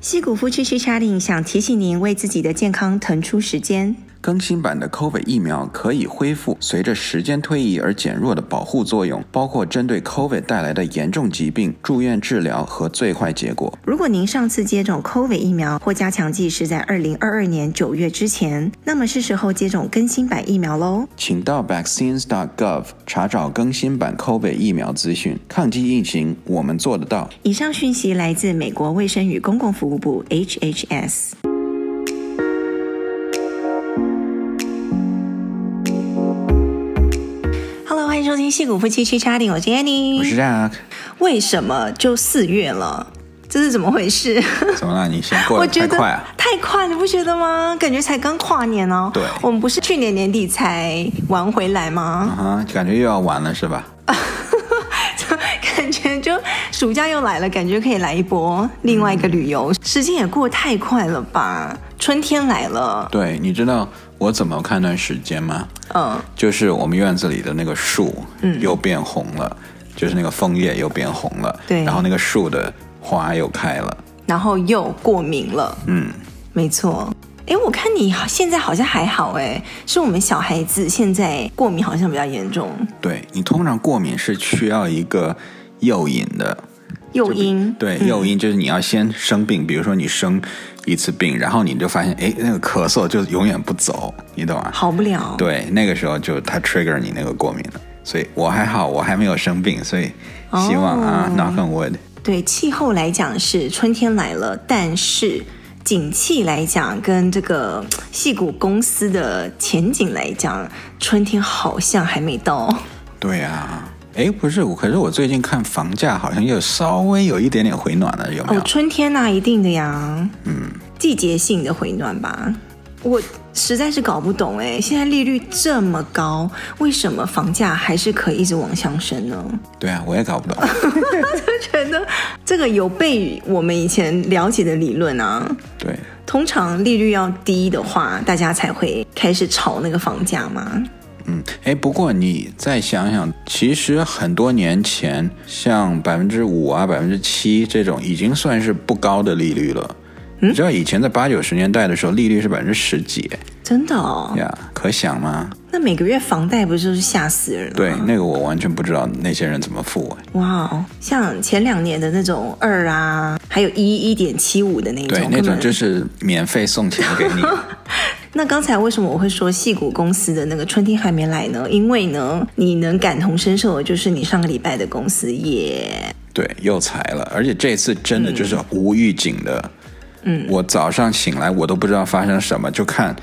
西谷夫 Chi Chatting 想提醒您为自己的健康腾出时间。更新版的 COVID 疫苗可以恢复随着时间推移而减弱的保护作用，包括针对 COVID 带来的严重疾病、住院治疗和最坏结果。如果您上次接种 COVID 疫苗或加强剂是在二零二二年九月之前，那么是时候接种更新版疫苗喽。请到 vaccines.gov 查找更新版 COVID 疫苗资讯。抗击疫情，我们做得到。以上讯息来自美国卫生与公共服务部 （HHS）。Hello，欢迎收听戏骨夫妻去 chatting，我是我是 Annie。 Jack，为什么就四月了？这是怎么回事？怎么了？你先过我得觉太得快啊！太快，你不觉得吗？感觉才刚跨年哦。对我们不是去年年底才玩回来吗？ 啊，感觉又要完了是吧？就感觉就暑假又来了，感觉可以来一波另外一个旅游。嗯时间也过得太快了吧？春天来了，对，你知道我怎么判断时间吗？嗯，就是我们院子里的那个树，嗯，又变红了，就是那个枫叶又变红了，对然后那个树的花又开了，然后又过敏了，嗯，没错。哎，我看你好现在好像还好哎，是我们小孩子现在过敏好像比较严重，对你通常过敏是需要一个诱引的，诱因嗯对，诱因就是你要先生病，比如说你生一次病，然后你就发现，哎，那个咳嗽就永远不走，你懂吗？好不了。对，那个时候就它 trigger 你那个过敏了。所以我还好，我还没有生病，所以希望啊、哦 k n o c k on wood。对气候来讲是春天来了，但是景气来讲跟这个嘖戏骨公司的前景来讲，春天好像还没到。对啊，哎，不是，我可是我最近看房价好像又稍微有一点点回暖了，有没哦有？，春天那、一定的呀，嗯，季节性的回暖吧。我实在是搞不懂哎，现在利率这么高，为什么房价还是可以一直往上升呢？ 对啊，我也搞不懂。觉得这个有悖于我们以前了解的理论啊。对，通常利率要低的话，大家才会开始炒那个房价嘛。嗯，哎，不过你再想想，其实很多年前，像百分之五啊、百分之七这种，已经算是不高的利率了。嗯你知道以前在八九十年代的时候，利率是百分之十几真的哦，呀，可想吗？那每个月房贷不就是吓死人了？对，，那个我完全不知道那些人怎么付啊。哇哦，像前两年的那种二啊，还有一一点七五的那种，对，那根种本就是免费送钱给你。那刚才为什么我会说戏骨公司的那个春天还没来呢？因为呢，你能感同身受的就是你上个礼拜的公司也对，又裁了，而且这次真的嗯就是无预警的。嗯，我早上醒来，我都不知道发生什么，就看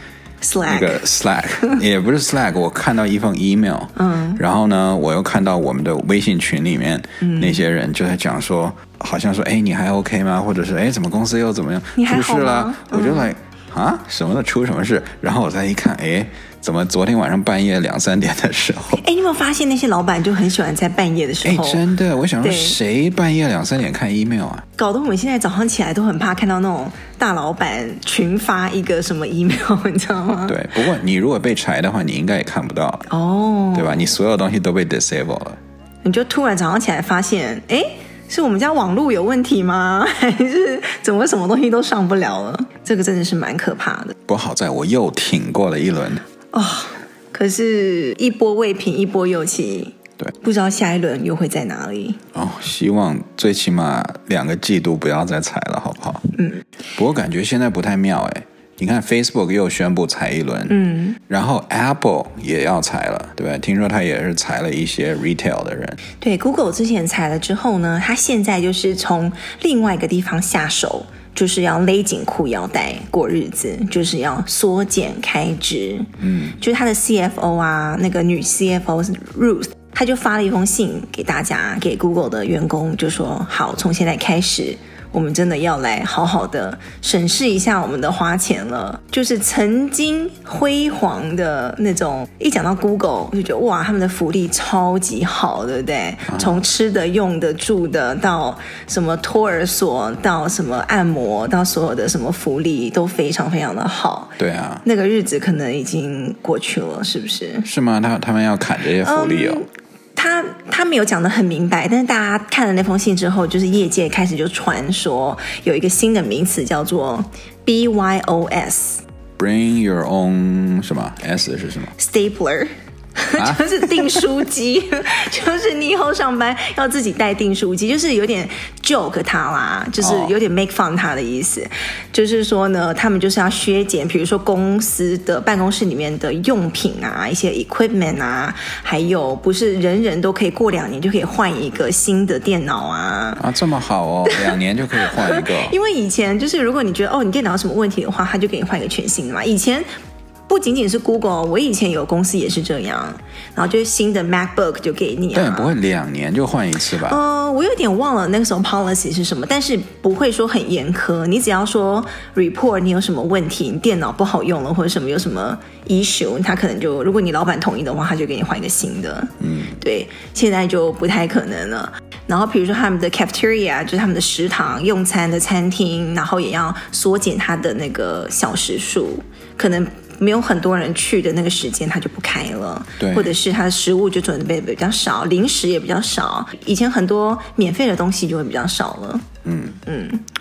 slack，、那个 Slack，也不是 Slack，我看到一封 email，嗯，然后呢，我又看到我们的微信群里面、嗯那些人就在讲说，好像说，哎，你还 OK 吗？或者是，哎，怎么公司又怎么样你还出好事了吗？嗯我就来、啊，什么的出什么事？然后我再一看，哎，怎么昨天晚上半夜两三点的时候？哎，你有没有发现那些老板就很喜欢在半夜的时哎候，，真的，我想说，哦对谁半夜两三点看 email 啊？搞得我们现在早上起来都很怕看到那种大老板群发一个什么 email，你 知道吗？对，不过你如果被裁的话，你应该也看不到了，哦，对吧？你所有东西都被 disable 了。你就突然早上起来发现，哎，是我们家网络有问题吗？ 还是怎么什么东西都上不了了？这个真的是蛮可怕的不过好在我又挺过了一轮，哦。可是，一波未平，一波又起，对，不知道下一轮又会在哪里。哦，希望最起码两个季度不要再裁了，好不好？嗯。不过感觉现在不太妙哎，你看 Facebook 又宣布裁一轮，嗯，然后 Apple 也要裁了，对吧？听说他也是裁了一些 retail 的人，对，Google 之前裁了之后呢，它现在就是从另外一个地方下手，就是要勒紧裤腰带过日子，就是要缩减开支。嗯，就是它的 CFO 啊，那个女 CFO 是 Ruth。她就发了一封信给大家，给 Google 的员工，就说：“好，从现在开始，我们真的要来好好的审视一下我们的花钱了。就是曾经辉煌的那种，一讲到 Google 就觉得哇，他们的福利超级好，对不对？从吃的、用的、住的，到什么托儿所，到什么按摩，到所有的什么福利都非常非常的好。对啊，那个日子可能已经过去了，是不是？是吗？他他们要砍这些福利哦。嗯他他没有讲的很明白，但是大家看了那封信之后，就是业界开始就传说有一个新的名词叫做 BYOS Bring your own 什么 S 是什么？ stapler。就是 订书机， 就是你以后上班要自己带订书机，就是有点 joke 他啦，就是哦有点 make fun 他的意思。就是说呢，他们就是要削减，比如说公司的办公室里面的用品啊，一些 equipment 啊，还有不是人人都可以过两年就可以换一个新的电脑啊，啊，这么好哦，两年就可以换一个 哦因为以前就是，如果你觉得哦你电脑有什么问题的话，他就给你换一个全新的嘛。以前不仅仅是 Google，我以前有公司也是这样，然后就是新的 MacBook 就给你、啊。但也不会两年就换一次吧？呃，我有点忘了那个时候 policy 是什么，但是不会说很严苛，你只要说 report 你有什么问题，你电脑不好用了或者什么有什么 issue，他可能就如果你老板同意的话，他就给你换一个新的。嗯，对，现在就不太可能了。然后比如说他们的 cafeteria 就是他们的食堂用餐的餐厅，然后也要缩减它的那个小时数，可能。没有很多人去的那个时间，他就不开了。对或者是它的食物就准备比较少，零食也比较少，以前很多免费的东西就会比较少了。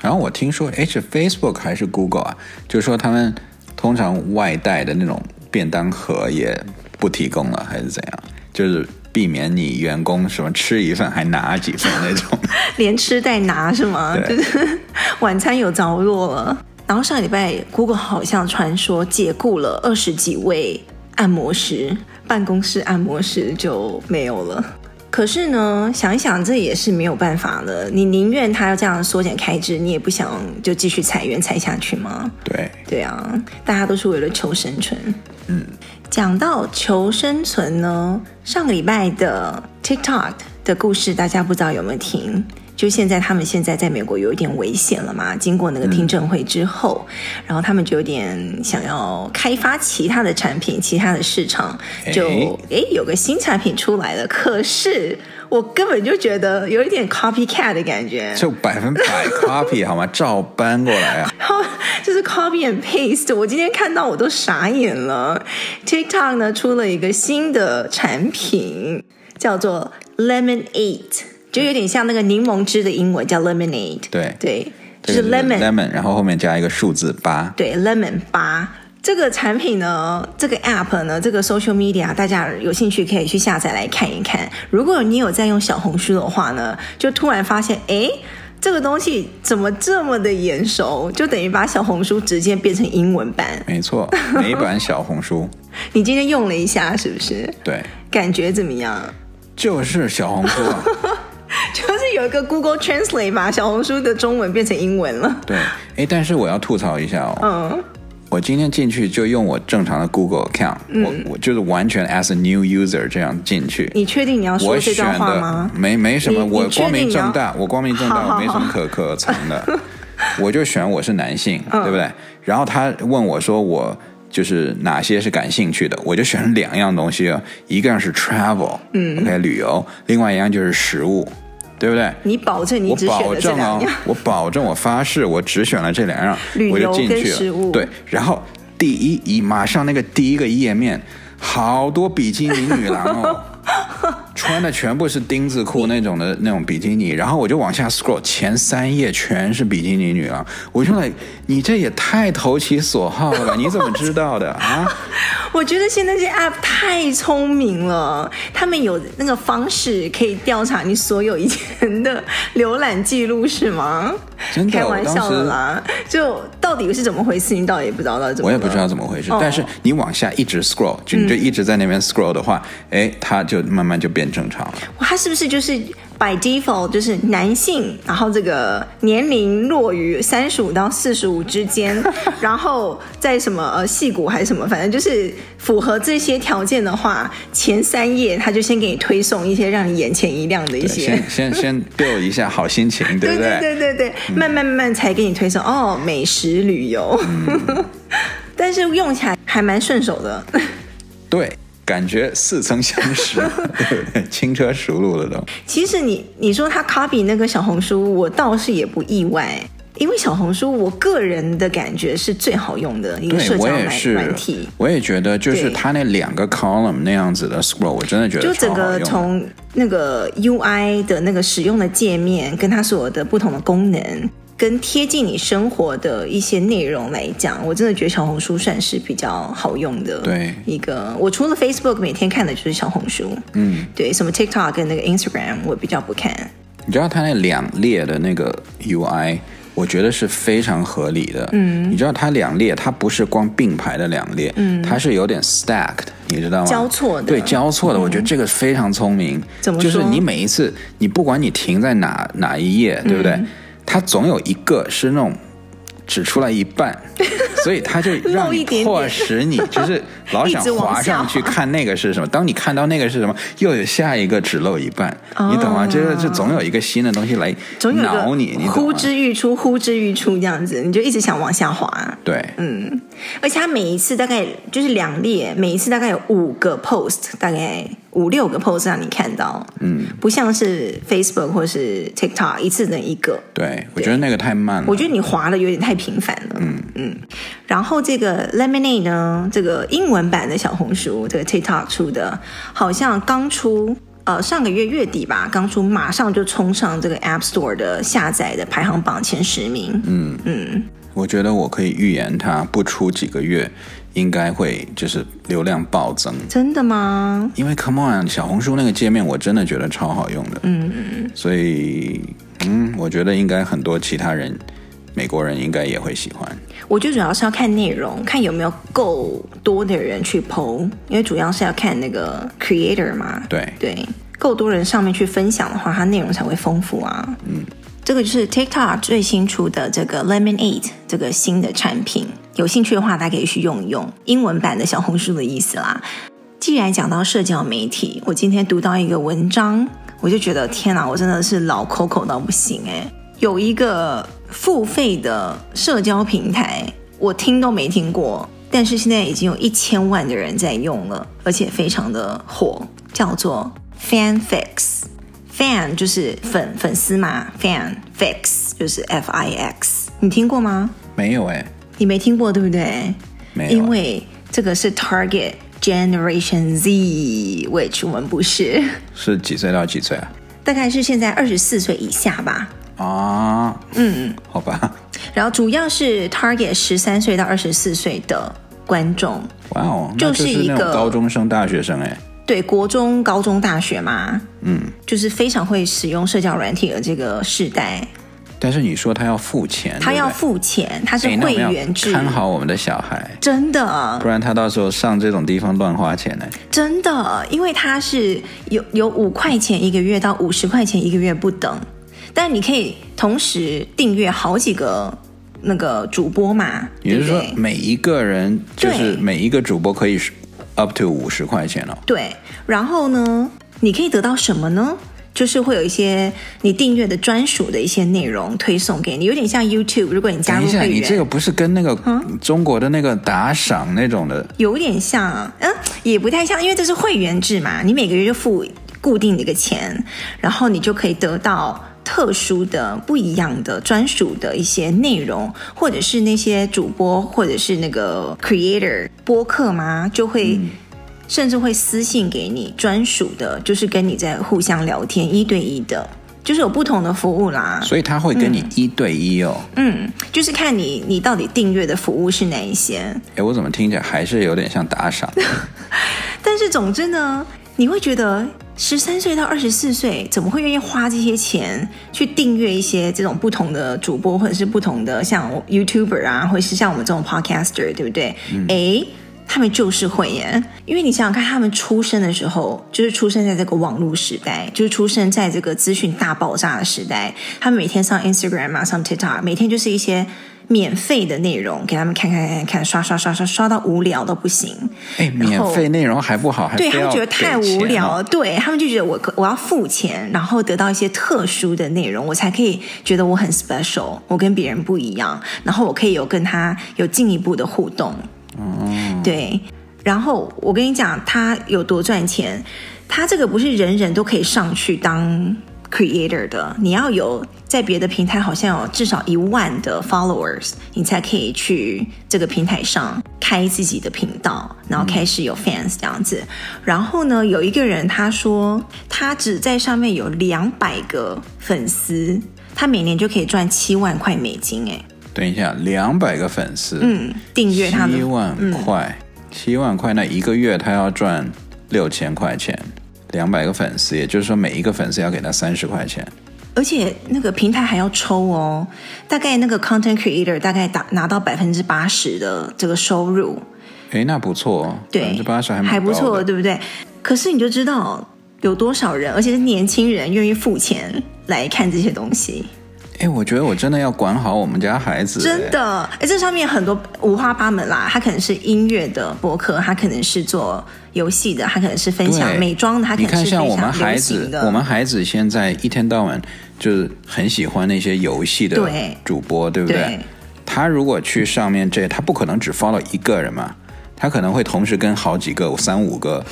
然后我听说，哎，是 Facebook 还是 Google 啊？就说他们通常外带的那种便当盒也不提供了，还是怎样？就是避免你员工什么吃一份还拿几份那 种。连吃带拿是吗？对就是晚餐有着落了。然后上个礼拜，Google 好像传说解雇了二十几位按摩师，办公室按摩师就没有了。可是呢，想一想这也是没有办法的。你宁愿他要这样缩减开支，你也不想就继续裁员裁下去吗？对，对啊，大家都是为了求生存。嗯，讲到求生存呢，上个礼拜的 TikTok 的故事，大家不知道有没有听？就现在，他们现在在美国有一点危险了嘛？经过那个听证会之后，然后他们就有点想要开发其他的产品、其他的市场，就诶有个新产品出来了。可是我根本就觉得有一点 copycat 的感觉，就百分百 copy 好吗？ 照搬过来啊！然后 就是 copy and paste。我今天看到我都傻眼了。TikTok 呢出了一个新的产品，叫做 Lemonade，就有点像那个柠檬汁的英文叫 lemonade。对对，就是这个 lemon。 lemon，然后后面加一个数字八。对，Lemon 八这个产品呢，这个 App 呢，这个 Social Media，大家有兴趣可以去下载来看一看。如果你有在用小红书的话呢，就突然发现，诶，这个东西怎么这么的眼熟？就等于把小红书直接变成英文版。没错，美版小红书，你今天用了一下，是不是？对，感觉怎么样？ 就是小红书啊。就是有一个 Google Translate 把小红书的中文变成英文了。对，哎，但是我要吐槽一下哦，嗯，我今天进去就用我正常的 Google account，、我我就是完全 as a new user 这样进去。嗯你确定你要说我这选段话吗的？没没什么，你我你确定光明你要正大，我光明正大，好好我没什么可可藏 的，我就选我是男性，嗯对不对？然后他问我说我。就是哪些是感兴趣的，我就选了两样东西哦，一个样是 travel，嗯，OK 旅游，另外一样就是食物，对不对？你保证你我只选保了这证两哦样？， 我保证，我发誓，我只选了这两样旅，游我就进跟去食物了。对，然后第一一马上那个第一个页面，好多比基尼女郎哦，穿的全部是丁字裤那种的那种比基尼，然后我就往下 scroll，前三页全是比基尼女郎，我就来，你这也太投其所好了吧，你怎么知道的啊？ 我觉得现在这 app 太聪明了，他们有那个方式可以调查你所有以前的浏览记录，是吗？真的开玩笑的我啦，就到底是怎么回事，你到底也不知道到底怎么，我也不知道怎么回事，哦嗯但是你往下一直 scroll，就你就一直在那边 scroll 的话，哎、它就慢慢就变正常了。他是不是就是 by default 就是男性，然后这个年龄落于三十五到四十五之 间，然后在什么呃戏骨还是什么，反正就是符合这些条件的话，前三页他就先给你推送一些让你眼前一亮的一对些。先先先 build 一下好心情，对不对嗯对对对，慢慢慢慢才给你推送哦，美食旅游，嗯 但是用起来还蛮顺手的。对感觉似曾相 识，对不对？轻车熟路了都。其实你你说他 copy 那个小红书，我倒是也不意外，因为小红书，我个人的感觉是最好用的一个对社交我也软软是体，，我也觉得就是对它那两个 column 那样子的 scroll，我真的觉得就超整好个用的从那个 UI 的那个使用的界面，跟它所有的不同的功能，跟贴近你生活的一些内容来讲，我真的觉得小红书算是比较好用的。对一个我除了 Facebook 每天看的就是小红书，嗯，对，什么 TikTok 跟那个 Instagram 我比较不看。你知道它那两列的那个 UI，我觉得是非常合理的。嗯，你知道它两列，它不是光并排的两列，嗯，它是有点 stacked，你知道吗？交错的嗯对，交错的。我觉得这个非常聪明。怎么就是说你每一次，你不管你停在哪哪一页，嗯对不对？它总有一个是那种。只出来 一半，所以它就让露你一点点迫使你就是老想一直往滑下上去看那个是什么。当你看到那个是什么，又有下一个只露一半，你懂吗？就是就总有一个新的东西来哦总有一挠你，你个懂呼吗？之欲出，呼之欲出这样子，你就一直想往下滑。对，嗯，而且它每一次大概就是两列，每一次大概有五个 post，大概五六个 post 让你看到。嗯，不像是 Facebook 或是 TikTok 一次的一个。对，我觉得那个太慢了。我觉得你滑的有点太频繁了。嗯嗯。然后这个 Lemonade 呢，这个英文版的小红书，这个 TikTok 出的，好像刚出。呃，上个月月底吧，刚出，马上就冲上这个 App Store 的下载的排行榜前十名。嗯，我觉得我可以预言它不出几个月，应该会就是流量暴增。真的吗？因为 Come on，小红书那个界面我真的觉得超好用的。嗯嗯。所以，嗯，我觉得应该很多其他人，美国人应该也会喜欢。我觉得主要是要看内容，看有没有够多的人去 PO，因为主要是要看那个 creator 嘛。对对，够多人上面去分享的话，它内容才会丰富啊。嗯，这个就是 TikTok 最新出的这个 Lemonade 这个新的产品，有兴趣的话大家可以去用一用，英文版的小红书的意思啦。既然讲到社交媒体，我今天读到一个文章，我就觉得天哪，我真的是老 Coco 到不行哎、有一个付费的社交平台，我听都没听过，但是现在已经有一千万的人在用了，而且非常的火，叫做 FanFix。Fan 就是粉粉丝嘛，FanFix 就是 F I X，你听过吗？没有哎，你没听过对不对？没有因为这个是 Target Generation Z，which 我们不是，是几岁到几岁啊？大概是现在二十四岁以下吧。啊，嗯，好吧，然后主要是 Target 十三岁到二十四岁的观众，哇哦，就那是是一那种个高中生、大学生哎，对国中、高中、大学嘛，嗯，就是非常会使用社交软体的这个世代，但是你说他要付钱，他要对不付钱，他是对哎那会我们要员制，看好我们的小孩，真的不然他到时候上这种地方乱花钱呢。真的，因为它是有有五块钱一个月到五十块钱一个月不等，但你可以同时订阅好几个那个主播嘛，也就是对说不，对每一个人就是对每一个主播可以是 up to 五十块钱哦。对，然后呢，你可以得到什么呢？就是会有一些你订阅的专属的一些内容推送给你，有点像 YouTube，如果你加等入一下，会你员，嗯这个不是跟那个中国的那个打赏那种的？有点像，嗯，也不太像，因为这是会员制嘛，你每个月就付固定的一个钱，然后你就可以得到特殊的、不一样的、专属的一些内容，或者是那些主播或者是那个 creator 播客嘛，就会。甚至会私信给你专属的，就是跟你在互相聊天，一对一的，就是有不同的服务啦。所以他会跟你一对一哦。嗯，就是看你你到底订阅的服务是哪一些。哎，我怎么听起来还是有点像 打赏？但是总之呢，你会觉得十三岁到二十四岁怎么会愿意花这些钱去订阅一些这种不同的主播，或者是不同的像 YouTuber 啊，或者是像我们这种 Podcaster，对不对？诶，他们就是会耶，因为你想想看，他们出生的时候就是出生在这个网络时代，就是出生在这个资讯大爆炸的时代。他们每天上 Instagram 啊，上 TikTok，每天就是一些免费的内容给他们看看看看看，刷刷刷刷刷到无聊都不行。哎，免费内容还不好，还对非他们要觉得太无给钱聊哦了，对他们就觉得我可我要付钱，然后得到一些特殊的内容，我才可以觉得我很 special，我跟别人不一样，然后我可以有跟他有进一步的互动。哦嗯，对。然后我跟你讲，他有多赚钱，他这个不是人人都可以上去当 creator 的，你要有在别的平台好像有至少一万的 followers，你才可以去这个平台上开自己的频道，然后开始有 fans 这样子。然后呢，有一个人他说他只在上面有两百个粉丝，他每年就可以赚七万块美金，哎，等一下，两百个粉丝，嗯，订阅他的嗯七万块，七、万块，那一个月他要赚六千块钱，两百个粉丝，也就是说每一个粉丝要给他三十块钱。而且那个平台还要抽哦，大概那个 content creator 大概打拿到百分之八十的这个收入，诶，那不错哦，百分对之八十，还蛮还不高错，的对不对？可是你就知道有多少人，而且是年轻人愿意付钱来看这些东西，哎，我觉得我真的要管好我们家孩子。真的。哎，这上面很多五花八门啦，它可能是音乐的博客，它可能是做游戏的，它可能是分对，享美妆的，它可你能看，是像我分们享孩流子行，的。我们孩子现在一天到晚就是很喜欢那些游戏的对主播，对不对？对他如果去上面这，他不可能只 follow 一个人嘛，他可能会同时跟好几个、三五个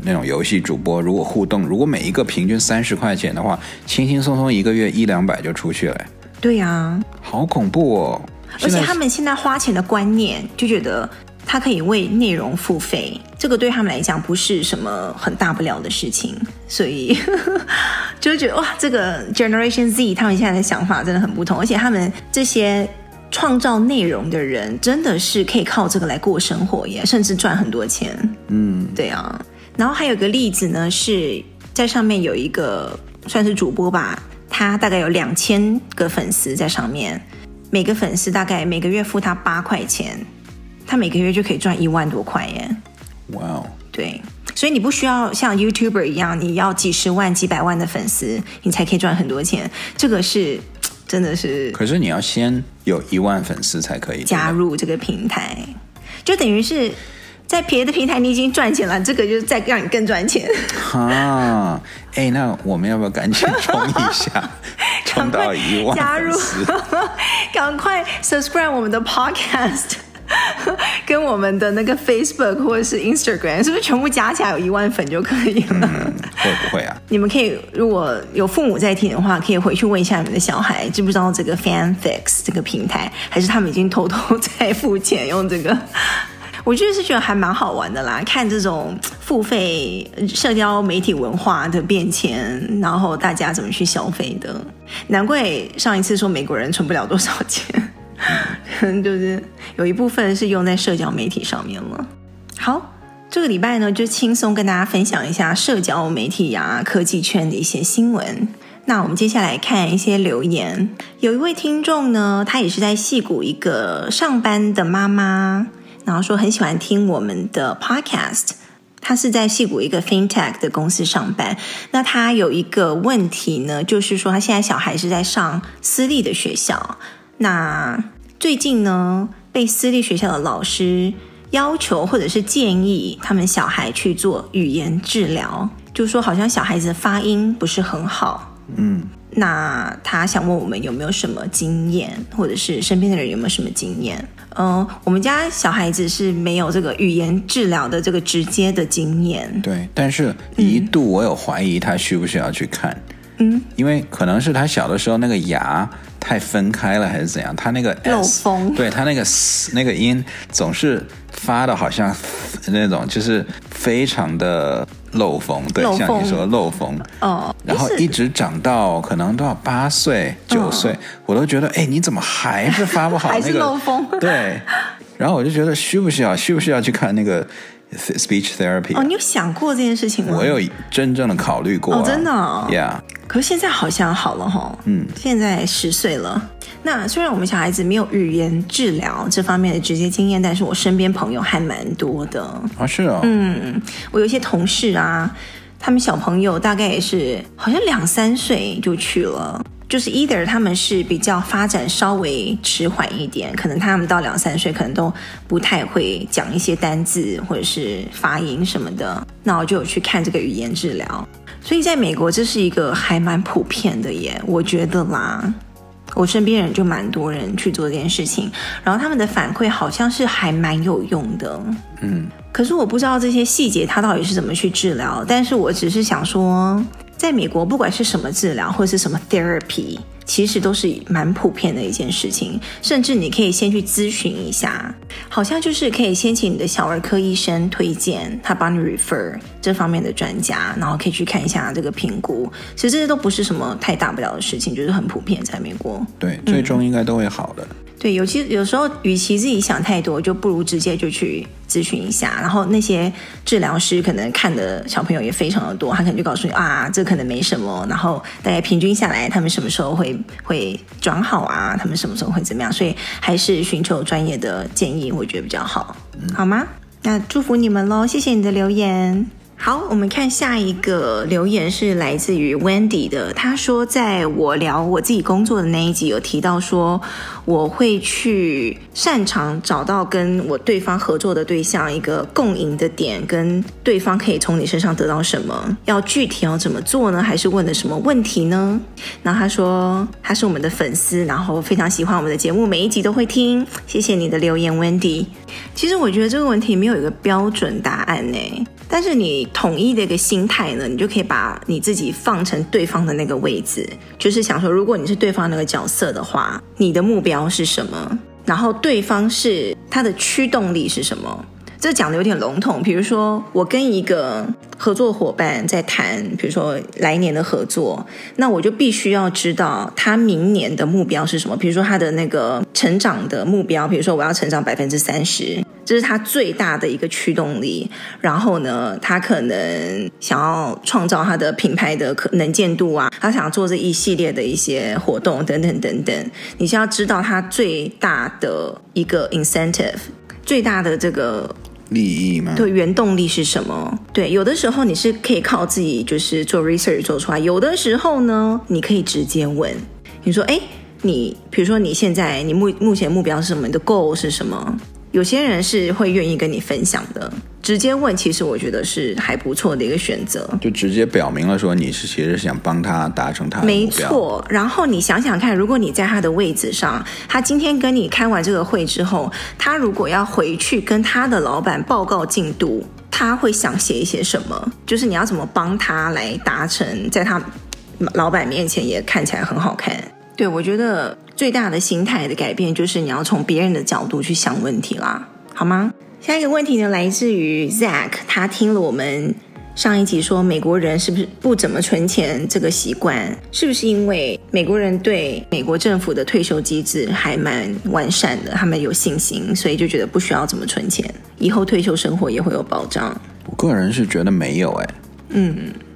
那种游戏主播，如果互动，如果每一个平均三十块钱的话，轻轻松松一个月一两百就出去了，对呀、啊，好恐怖哦！而且现在他们现在花钱的观念就觉得他可以为内容付费，这个对他们来讲不是什么很大不了的事情，所以 就会觉得哇，这个 Generation Z 他们现在的想法真的很不同，而且他们这些。创造内容的人真的是可以靠这个来过生活耶，甚至赚很多钱。嗯，对啊。然后还有一个例子呢，是在上面有一个算是主播吧，他大概有两千个粉丝在上面，每个粉丝大概每个月付他八块钱，他每个月就可以赚一万多块耶。哇哦，对，所以你不需要像 YouTuber 一样，你要几十万、几百万的粉丝，你才可以赚很多钱。这个是真的是可是你要先有一万粉丝才可以加 入这个平台，就等于是在别的平台你已经赚钱了，这个就是再让你更赚钱。啊，哎，那我们要不要赶紧冲一 下，冲到一万加入 粉丝？，赶快 subscribe 我们的 podcast，跟我们的那个 Facebook 或者是 Instagram，是不是全部加起来有一万粉就可以嗯了？会不会啊？你们可以，如果有父母在听的话，可以回去问一下你们的小孩知不知道这个 FanFix 这个平台，还是他们已经偷偷在付钱用这个。 我觉得是觉得还蛮好玩的啦，看这种付费社交媒体文化的变迁，然后大家怎么去消费的。难怪上一次说美国人存不了多少钱， 可能就是有一部分是用在社交媒体上面了。好，这个礼拜呢，就轻松跟大家分享一下社交媒体呀、科技圈的一些新闻。那我们接下来看一些留言。有一位听众呢，他也是在戏谷一个上班的妈妈，然后说很喜欢听我们的 podcast。他是在戏谷一个 fintech 的公司上班。那他有一个问题呢，就是说他现在小孩是在上私立的学校，那最近呢，被私立学校的老师要求或者是建议他们小孩去做语言治疗，就说好像小孩子的发音不是很好。嗯，那他想问我们有没有什么经验，或者是身边的人有没有什么经验？嗯、我们家小孩子是没有这个语言治疗的这个直接的经验。对，但是一嗯度我有怀疑他需不需要去看，嗯，因为可能是他小的时候那个牙太分开了，还是怎样，他那个 S, 漏风对他那个 S 那个音总是发的好像那种，就是非常的漏风，对漏，像你风说漏风，哦、然后诶是一直长到可能到八岁、九岁，我都觉得，哎，你怎么还是发 不好嗯还那是个？漏风对，然后我就觉得需不需要，需不需要去看那个 th- speech therapy？、哦，你有想过这件事情吗？我有真正的考虑过、啊哦真的哦 Yeah，可是现在好像好了哈，嗯，现在十岁了。那虽然我们小孩子没有语言治疗这方面的直接经验，但是我身边朋友还蛮多的。啊是哦，嗯，我有一些同事啊，他们小朋友大概也是好像两三岁就去了。就是 either 他们是比较发展稍微迟缓一点，可能他们到两三岁可能都不太会讲一些单字或者是发音什么的，那我就有去看这个语言治疗。所以在美国这是一个还蛮普遍的耶，我觉得啦。我身边人就蛮多人去做这件事情，然后他们的反馈好像是还蛮有用的。可是我不知道这些细节它到底是怎么去治疗，但是我只是想说，在美国，不管是什么治疗或是什么 therapy，其实都是蛮普遍的一件事情。甚至你可以先去咨询一下，好像就是可以先请你的小儿科医生推荐，他帮你 refer 这方面的专家，然后可以去看一下这个评估。其实这些都不是什么太大不了的事情，就是很普遍在美国。对，最终应该都会好的。对，尤其有时候，与其自己想太多，就不如直接就去咨询一下。然后那些治疗师可能看的小朋友也非常的多，他可能就告诉你啊，这可能没什么。然后大概平均下来，他们什么时候会会转好啊？他们什么时候会怎么样？所以还是寻求专业的建议，我觉得比较好，好吗？那祝福你们喽，谢谢你的留言。好，我们看下一个留言是来自于 Wendy 的，她说，在我聊我自己工作的那一集有提到说，我会去擅长找到跟我对方合作的对象一个共赢的点，跟对方可以从你身上得到什么，要具体要怎么做呢？还是问的什么问题呢？然后她说她是我们的粉丝，然后非常喜欢我们的节目，每一集都会听，谢谢你的留言，Wendy。其实我觉得这个问题没有一个标准答案呢。但是你统一的一个心态呢，你就可以把你自己放成对方的那个位置，就是想说，如果你是对方那个角色的话，你的目标是什么？然后对方是他的驱动力是什么？这讲的有点笼统。比如说，我跟一个合作伙伴在谈，比如说来年的合作，那我就必须要知道他明年的目标是什么。比如说他的那个成长的目标，比如说我要成长百分之三十，这是他最大的一个驱动力。然后呢，他可能想要创造他的品牌的可能见度啊，他想做这一系列的一些活动等等等等。你是要知道他最大的一个 incentive，最大的这个利益吗？对，原动力是什么？对，有的时候你是可以靠自己就是做 research 做出来，有的时候呢，你可以直接问，你说，哎，你比如说你现在你目目前目标是什么？你的 goal 是什么？有些人是会愿意跟你分享的，直接问，其实我觉得是还不错的一个选择。就直接表明了说你是其实是想帮他达成他的没目标。错，然后你想想看，如果你在他的位置上，他今天跟你开完这个会之后，他如果要回去跟他的老板报告进度，他会想写一些什么？就是你要怎么帮他来达成，在他老板面前也看起来很好看。对我觉得最大的心态的改变就是你要从别人的角度去想问题啦，好吗？下一个问题呢，来自于 Zack，他听了我们上一集说美国人是不是不怎么存钱这个习惯，是不是因为美国人对美国政府的退休机制还蛮完善的，他们有信心，所以就觉得不需要怎么存钱，以后退休生活也会有保障。我个人是觉得没有哎，嗯，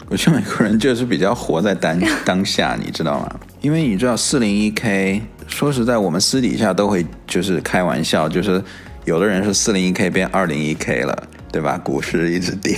我觉得美国人就是比较活在当当下，你知道吗？ 因为你知道四零一 k，说实在，我们私底下都会就是开玩笑，就是有的人是四零一 k 变二零一 k 了，对吧？股市一直跌，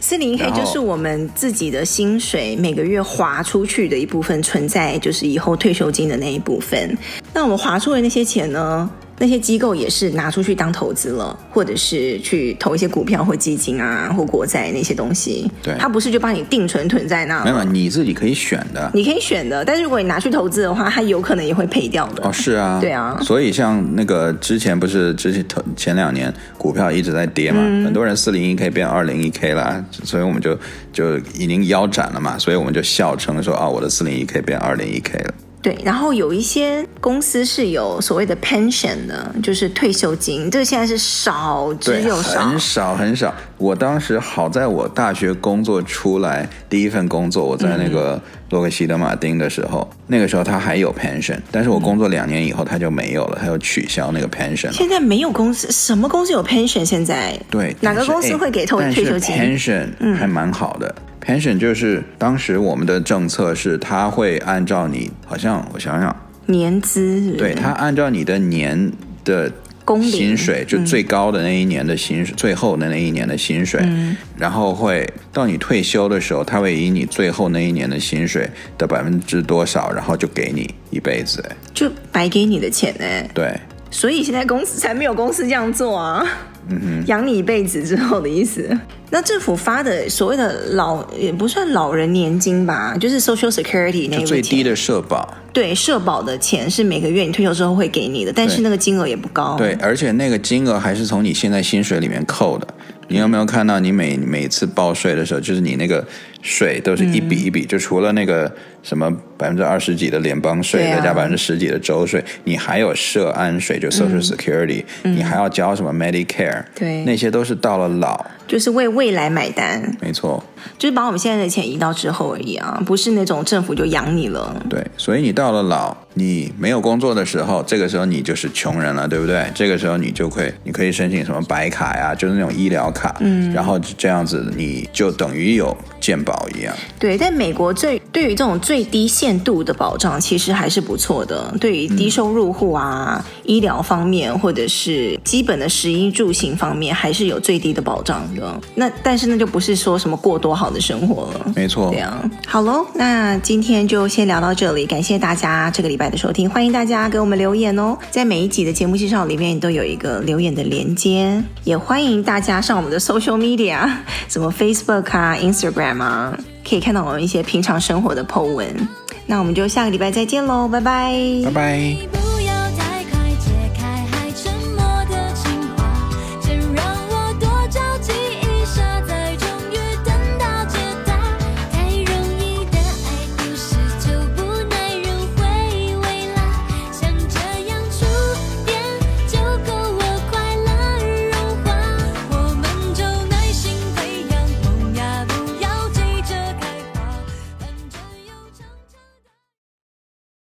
四零 k 然后就是我们自己的薪水每个月划出去的一部分，存在就是以后退休金的那一部分。那我们划出的那些钱呢？那些机构也是拿出去当投资了，或者是去投一些股票或基金啊，或国债那些东西。对它不是就帮你定存囤在那没了，有你自己可以选的。你可以选的。但是如果你拿去投资的话，它有可能也会赔掉的。哦，是 啊，对啊所以像那个之前不是之前头前两年股票一直在跌嘛，很多人四零一 k 变二零一 k 啦，所以我们就就已经腰斩了嘛，所以我们就笑称说啊、我的四零一 k 变二零一 k 了。对，然后有一些公司是有所谓的 pension 的，就是退休金，这个现在是少之对，又少，很少很少。我当时好在我大学工作出来第一份工作，我在那个洛克希德马丁的时候，那个时候他还有 pension，但是我工作两年以后他就没有了，他就取消那个 pension 了。现在没有公司，什么公司有 pension？现在对，哪个但是公司哎会给退但退是休金嗯 Pension 还蛮好的、p e n s i o n 就是当时我们的政策是，它会按照你，好像我想想，年资是不是对，它按照你的年的工龄薪水，就最高的那一年的薪水，最后的那一年的薪水，嗯然后会到你退休的时候，它会以你最后那一年的薪水的百分之多少，然后就给你一辈子。哎就白给你的钱呢、对，所以现在公司才没有公司这样做啊。嗯养你一辈子之后的意思。那政府发的所谓的老也不算老人年金吧，就是 Social Security 那就一最笔低钱。的社保，对社保的钱是每个月你退休之后会给你的，但是对那个金额也不高。对，而且那个金额还是从你现在薪水里面扣的。你有没有看到，你每每次报税的时候，就是你那个税都是一笔一笔，就除了那个什么百分之二十几的联邦税，对啊再加百分之十几的州税，你还有涉安税，就 Social Security，、你还要交什么 Medicare，嗯对那些都是到了老，就是为未来买单，没错，就是把我们现在的钱移到之后而已啊，不是那种政府就养你了。对，所以你到了老，你没有工作的时候，这个时候你就是穷人了，对不对？这个时候你就会，你可以申请什么白卡呀，就是那种医疗卡，嗯，然后这样子你就等于有健保一样，对，但美国最对于这种最低限度的保障，其实还是不错的。对于低收入户啊、医疗方面，或者是基本的食衣住行方面，还是有最低的保障的。那但是那就不是说什么过多好的生活了。没错对。啊，好喽，那今天就先聊到这里，感谢大家这个礼拜的收听，欢迎大家给我们留言哦，在每一集的节目介绍里面都有一个留言的连接，也欢迎大家上我们的 social media，什 么 Facebook 啊、Instagram 啊，可以看到我们一些平常生活的 po 文。那我们就下个礼拜再见喽，拜拜拜拜。 baby.